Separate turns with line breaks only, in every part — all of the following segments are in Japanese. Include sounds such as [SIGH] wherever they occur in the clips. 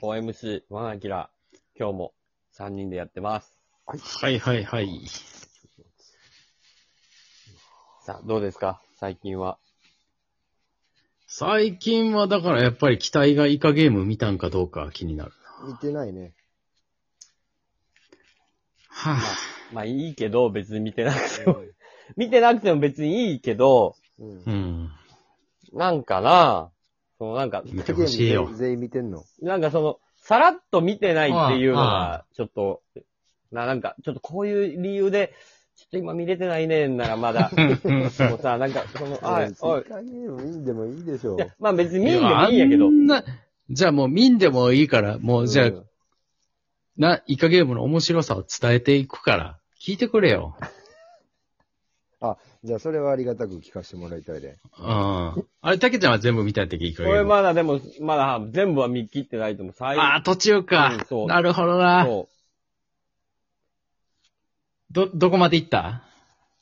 OMC、ワンアキラ、今日も3人でやってます。
はいはいはい。
さあ、どうですか最近は。
最近はだからやっぱり機体がイカゲーム見たんかどうか気になるな。
見てないね。
は
まあ
ぁ、、
まあいいけど、別に見てなくても。見てなくても別にいいけど、
うん
う。ん。
なんかな、そのなんか、
見てほしいよ
全。全員見てんの。
なんかその、さらっと見てないっていうの
あ
が、ちょっと、な、なんか、ちょっとこういう理由で、ちょっと今見れてないねんならま [LAUGHS] だ、もうさ、なんか、その、あい、おい
世、界ゲーム見んでもいいでしょ
いや。まあ別に見んでもいいんやけど
あ、んな、じゃあもう見んでもいいから、も [LAUGHS] うじゃあ
う、ん
な、イカゲームの面白さを伝えていくから、聞いてくれよ。
じゃあ、それはありがたく聞かせてもらいたいで。
うん。あれ、たけちゃんは全部見たってイ
こ
カゲー
れ
ム。
まだでも、まだ全部は見切ってないと思う。最
ああ、途中か
うん。そう
なるほどな。
そう
ど、どこまで行った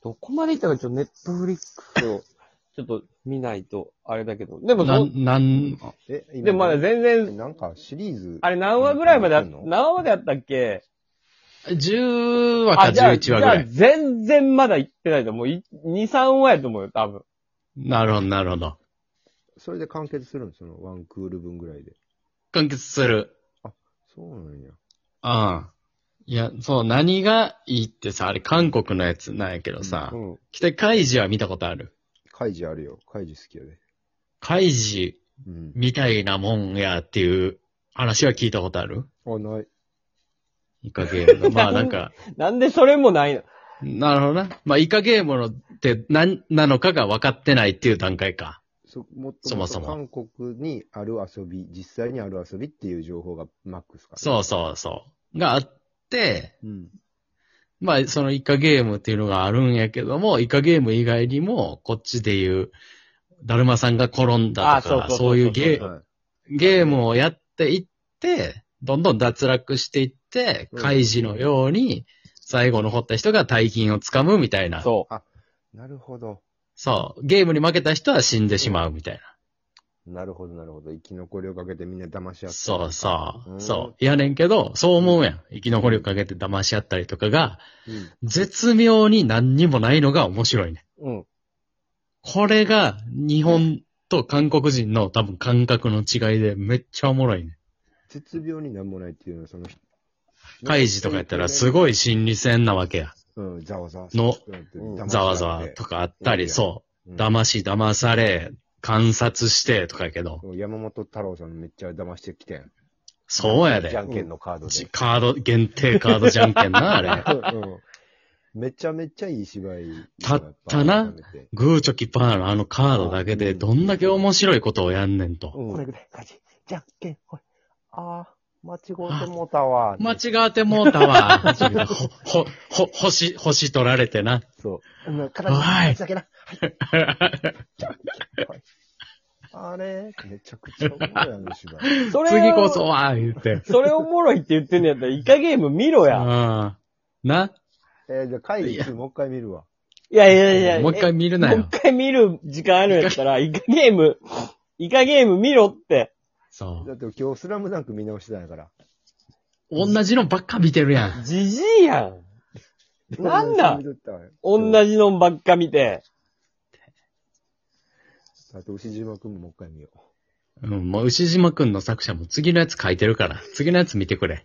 どこまで行ったか、ちょっとネットフリックスを、ちょっと見ないと、あれだけど。でも
な
そ、
ん、なん、
え、今
でもまだ全然、
なんかシリーズ。
あれ何話ぐらいまであ、
うん
何話までやったっけ
10話か11話ぐらい。
全然まだ行ってないと思う。い2、3話やと思うよ、多分。
なるほど、なるほど。
それで完結するのそのワンクール分ぐらいで。
完結する。
そうなんや。
うん。いや、そう、何がいいってさ、あれ韓国のやつなんやけどさ、
うん。
北カイジは見たことある。
カイジあるよ。カイジ好きやで。
カイジ
うん。
みたいなもんやっていう話は聞いたことある
あ、ない。
イカ
[LAUGHS]
ゲームの。まあなんか、
なんでそれもないの
なるほどな。まあイカゲームのって何なのかが分かってないっていう段階か。
そ、もっと
そもそも
韓国にある遊び、実際にある遊びっていう情報がマックスか。
そうそうそう。があって、
う。うん。
まあそのイカゲームっていうのがあるんやけども、イカゲーム以外にも、こっちでいう、だるまさんが転んだと
あそうそうそう
か、
そう
そういうゲー
はい。
ゲームをやっていって、どんどん脱落していって、
うん
カイジのように、最後残った人が大金をつかむみたいな。そう。
そ
なるほど。
ゲームに負けた人は死んでしまうみたい
なるほど、なるほど。生き残りをかけてみんな騙し合
な。
って。
そうそうう。
ん
そう。やねんけど、そう思うやん。生き残りをかけて騙し合ったりとかが、
うん。
絶妙に何にもないのが面白いね。
う。うん。
これが、日本と韓国人の多分感覚の違いで、めっちゃおもろいね。
絶妙になんもないっていうのは、その人。
カイジとかやったら、すごい心理戦なわけや。
うん、ざわざわ。
の
うん、
ざわざわとかあった
う
り、
ん
そう。
うん
騙し、騙され、観察して、とかやけど。
山本太郎さんめっちゃ騙してきてん。
そうや
じゃ
で。
んけんのカード
ち
で。
カード、限定カードじゃんけんな、あれ。
[LAUGHS] うん。めちゃめちゃいい芝居。
たったなグーチョキパーのあのカードだけで、どんだけ面白いことをやんねんと。
うん。
これぐらい、ガチ。じゃんけん、ほい。あー、間違うてもうたわ。
間違ってもうたわ。ほ、 [LAUGHS] ほ、ほ、星、星取られてな。
そう。
うん、
はい
形だけな。
[LAUGHS]
あれめちゃくちゃおもろいあの芝居。
それを
次こそ。は、言って。
それおもろいって言ってんのやったら、イカゲーム見ろ
う
や。
ん。な
えー、じゃあ会議2もう一回見るわ。
いやいやいや。
もう一回見るな
もう
よ。
一回見る時間あるんやったら、イカゲーム、イカゲーム見ろって。
そ
だ
う。
って今日スラムダンク見直してたんやから。
同じのばっか見てるやん。
じじいやん。なんだ
見とったわよ
同じのんばっか見て。
あと牛島くんももう一回見よう。
うん、もう牛島くんの作者も次のやつ書いてるから、次のやつ見てくれ。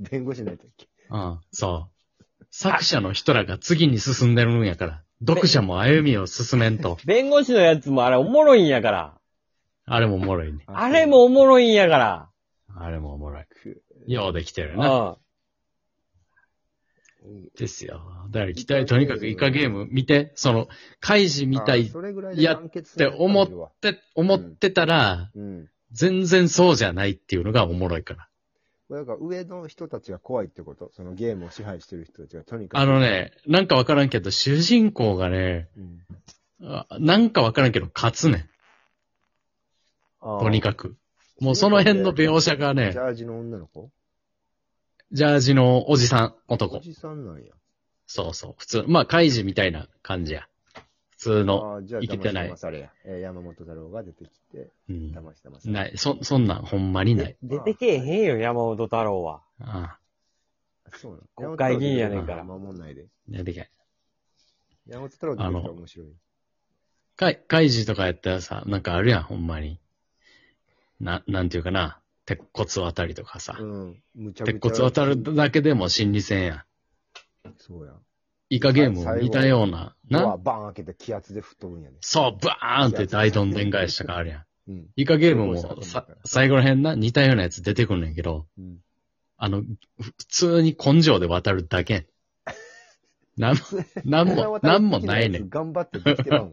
弁護士のやったっけ
うん、そう。作者の人らが次に進んでるんやから、読者も歩みを進めんと。
弁護士のやつもあれおもろいんやから。
あれもおもろいね。
あれもおもろいんやから。
あれもおもろい。
く
ようできてる
う
な。
ん。
ですよ。だから期待、とにかくイカゲーム見て、その、開示みたい
あ
っ
それぐらいで完結する
やって思って思ってたら、
うん。
全然そうじゃないっていうのがおもろいから。
なんか上の人たちが怖いってこと。そのゲームを支配してる人たちがとにかく。
あのね、なんかわからんけど、主人公がね、
うん、
あなんかわからんけど、勝つねん。とにかく。もうその辺の描写がね
ジ、ャージの女の子
ジャージのおじさん、
お
男。
じさんなんや。
そうそう。普通。まあ、カイジみたいな感じや。普通の。
ああ、じゃあ、
いけてない
騙し騙されや。えー山本太郎が出てきて、
うん
騙し騙され。
ない。そ、そんなん、ほんまにない。
出てけえへんよ、山本太郎は。
ああ、
そうなの
国会議員やねんから
山本太郎出てきたら守んな
出
いで。
てけん。
山本太郎出てきたら面白い。
かい、カイジとかやったらさ、なんかあるやん、ほんまに。な、なんていうかな、鉄骨渡りとかさ。
うん。むちゃくち
鉄骨
ゃ。
渡るだけでも心理戦やん。
そうや。
イカゲームも似たような、
ド
な
ア、バーン開けて気圧で吹っ飛ぶんやね。
そう、バーンって大どんでん返したかあるやん。
うん。
イカゲーム
そうそうそ
も
う
さ、最後ら辺な、似たようなやつ出てくるんやけど、
うん。
あの、ふ普通に根性で渡るだ
[LAUGHS]
けやん。なんも、なんも、なんもないねん。
頑張ってできてまうも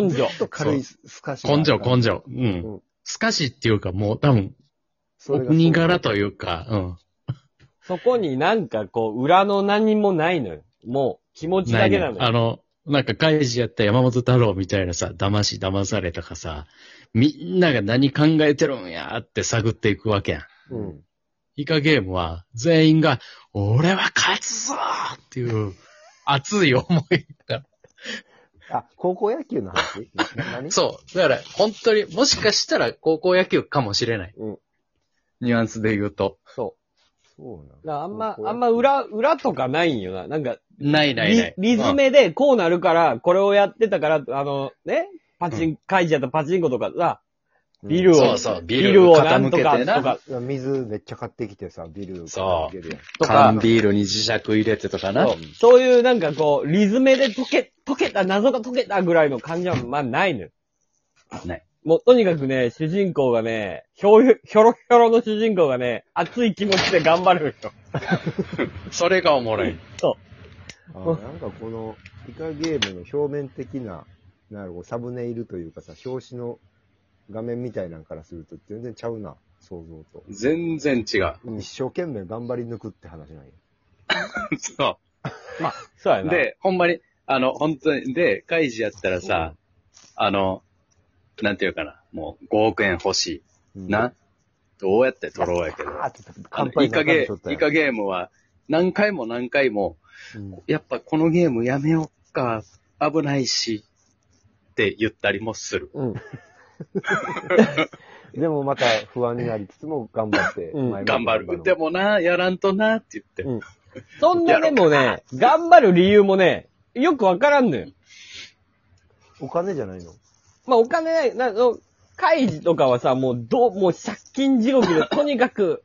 ん。
根
ず
性。
っと軽いスカシがある
根性、
から
根性。う
うんん。
すかしっていうかもう多分、
そ
お
れがそう
国柄というか、うん。
そこになんかこう、裏の何もないのよ。もう、気持ちだけなのよ。
あの、なんか、カイジやった山本太郎みたいなさ、騙し、騙されとかさ、みんなが何考えてるんやって探っていくわけやん。
うん。
イカゲームは、全員が、俺は勝つぞーっていう、熱い思い [LAUGHS] が。
あ、高校野球の
[LAUGHS]
話何
そう。だから、本当に、もしかしたら高校野球かもしれない。
うん
ニュアンスで言うと。
そうなの
だからあんま
高校、野球
あんま裏、裏とかないんよな。なんか、
ないないない。
リリズムでこうなるから、これをやってたから、あの、ね、パチン、会社とパチンコとかさ、ビルを、
そうそうビル
をなんとか
傾けて
と
な
か、
いや水めっちゃ買ってきてさ、ビル
そう
買ってきてる
とか
缶、ビールに磁石入れてとかな。
そうそういうなんかこう、リズムで解け、解けた、謎が解けたぐらいの感じは、まあないのよ。
ない。
もう、とにかくね、主人公がね、ひょうひょろひょろの主人公がね、熱い気持ちで頑張るよ。
それがおもろい。
やんあなんかこの、イカゲームの表面的な、なるほど、サムネイルというかさ、表紙の画面みたいなんからすると全然ちゃうな、想像と。
全然違う。
一生懸命頑張り抜くって話なんや。
[LAUGHS] そう。
そうやな。
で、ほんまに、あの、本当に、で、カイジやったらさ、あの、なんていうかな、もう5億円欲し
う
い。
ん、
な、どうやって取ろうやけど。
あーって
あ
乾
の、
杯
イカゲ
しとった
ー、
や
イ
ん
カゲームは、何回も何回も、
うん
やっぱこのゲームやめよっか、危ないし、って言ったりもする。
うん。でもまた不安になりつつも頑張って、
うん
前向き
頑
に
張る。でもな、やらんとな、って言って。
そんなでもね、頑張る理由もね、よくわからんのよ。
お金じゃないの
まあ、お金ない、な、の、開示とかはさ、もう、どう、もう借金地獄で、とにか
[LAUGHS]
く、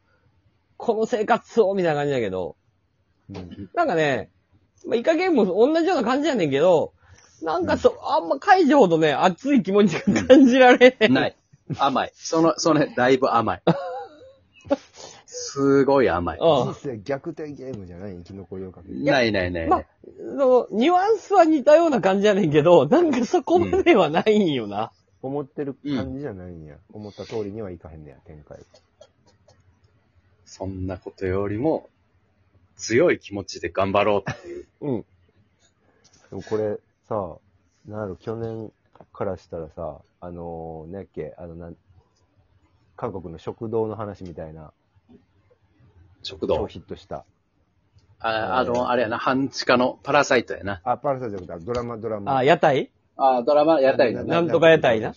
この生活を、みたいな感じだけど、
うん。
なんかね、まあ、イカゲームも同じような感じやねんけど、なんかそ、あんま開示ほどね、熱い気持ちが感じられへん。
[LAUGHS] ない。甘い。その、その、だいぶ甘い。すごい甘い。
うん
人生逆転ゲームじゃない生き残りをかけて。
[LAUGHS] ないないない
まあ
ない。、
その、ニュアンスは似たような感じやねんけど、なんかそこまではないんよな。
思ってる感じじゃないんや。思った通りにはいかへんねや、展開。
そんなことよりも、強い気持ちで頑張ろうっていう。
うん。でもこれさ、なる、去年からしたらさ、あのー、ねっけ、あの、なん、韓国の食堂の話みたいな、
食
超
堂。
ヒットした。
ああの、あれやな、半地下のパラサイトやな。
あ、パラサイトじゃなくて、ドラマ、ドラマ。
あ、屋台
あドラマやったりな。
なんとか屋台な。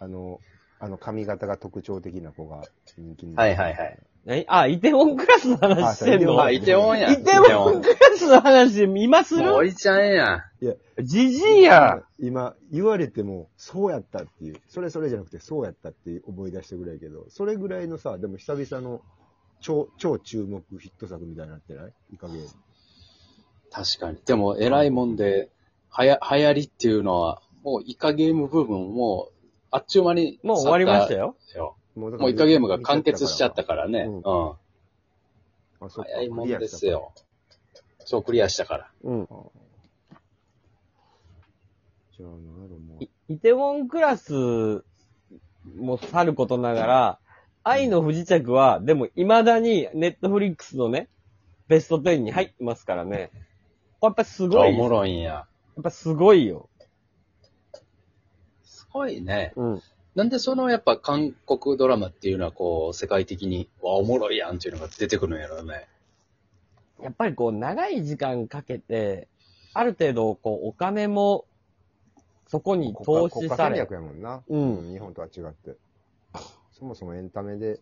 あの、あの髪型が特徴的な子が人気に。
はいはいはい。
何あ、イテウォンクラスの話してんの
あ、イテウォンや。
イテウォンクラスの話、今す
イテウォンもうお
る
いちゃんや。
じじいや。
今、言われても、そうやったっていう、それそれじゃなくて、そうやったって思い出してくれやけど、それぐらいのさ、でも久々の超、超注目ヒット作みたいになってないいかげ
確かに。でも、偉いもんで、はや、流行りっていうのは、もうイカゲーム部分もう、あっちゅう間に。
もう終わりました
よ。
よ。
もうだか
も
ら
うイカゲームが完結しちゃったからね。
うん
うん。
あそっか
早いもんですよ。そう、クリアしたから。
うん。じゃあ、なんやろ、もう
イ。イテウォンクラスもさることながら、愛の不時着は、でも未だにネットフリックスのね、ベスト10に入ってますからね。これやっぱすご
あお
い。
も
や
ろいんや。
っぱすごいよ。
すごいね。
うん。
なんでそのやっぱ韓国ドラマっていうのはこう世界的に、わ、おもろいやんっていうのが出てくるんやろうね。
やっぱりこう、長い時間かけて、ある程度、こう、お金も、そこに投資
国家
さ
戦
れ、
略やもんな。
うん。
日本とは違って。そもそもエンタメで、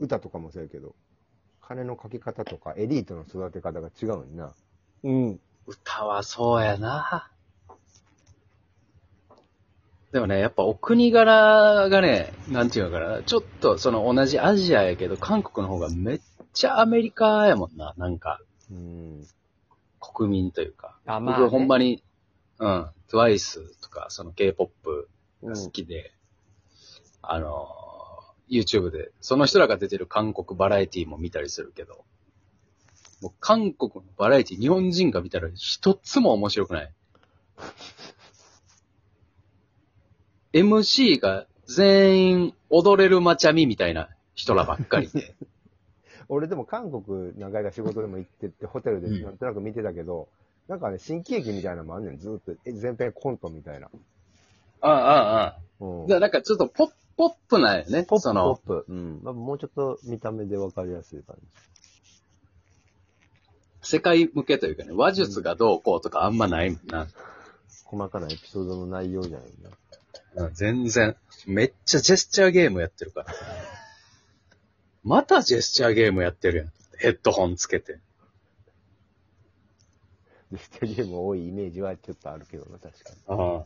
歌とかもそうやけど、金のかけ方とかエリートの育て方が違うにな。
うん。
歌はそうやな。でもね、やっぱお国柄がね、なんていうのかな、ちょっとその同じアジアやけど、韓国の方がめっちゃアメリカやもんな、なんか、
うん。
国民というか。
あ、まあ、ね。
僕ほんまに、うん、TWICE とか、その K-POP が好きで、あの、YouTube で、その人らが出てる韓国バラエティも見たりするけど、もう韓国のバラエティ、日本人が見たら一つも面白く
[LAUGHS]
ない。MC が全員踊れるまちゃみみたいな人らばっかり
[LAUGHS]
で。
俺でも韓国何回か仕事でも行ってって、ホテルでなんとなく見てたけど、なんかね、新喜劇みたいなのもあんねん。ずーっと、え全編コントみたいな。
ああ、ああ、あ
う
あ。
ん
だからなんかちょっとポップ、ポップなんよね。
ポップ、
そ
ポッ
の、
プ。うん。まあもうちょっと見た目でわかりやすい感じ。
世界向けというかね、話術がどうこうとかあんまないもんな。
細かなエピソードの内容じゃないな。
全然。めっちゃジェスチャーゲームやってるから。またジェスチャーゲームやってるやん。ヘッドホンつけて。
ジェスチャーゲーム多いイメージはちょっとあるけどな、確かに。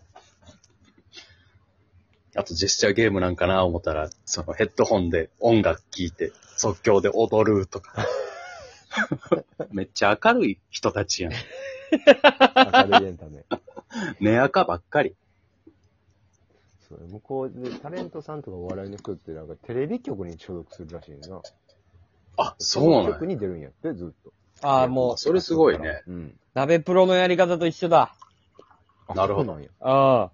あとジェスチャーゲームなんかな思ったら、そのヘッドホンで音楽聴いて、即興で踊るとか。 [LAUGHS] めっちゃ明るい人た [LAUGHS] ちやん。
明るいエンタメ。
寝垢ばっかり。
そう向こうで、タレントさんとかお笑いの人ってなんかテレビ局に所属するらしいな。
あ、そうなん
局に出るんやって、ずっと。
ああ、もう、
それすごいね。
うん。
鍋プロのやり方と一緒だ。
あ
なるほど
そうなんや。
ああ。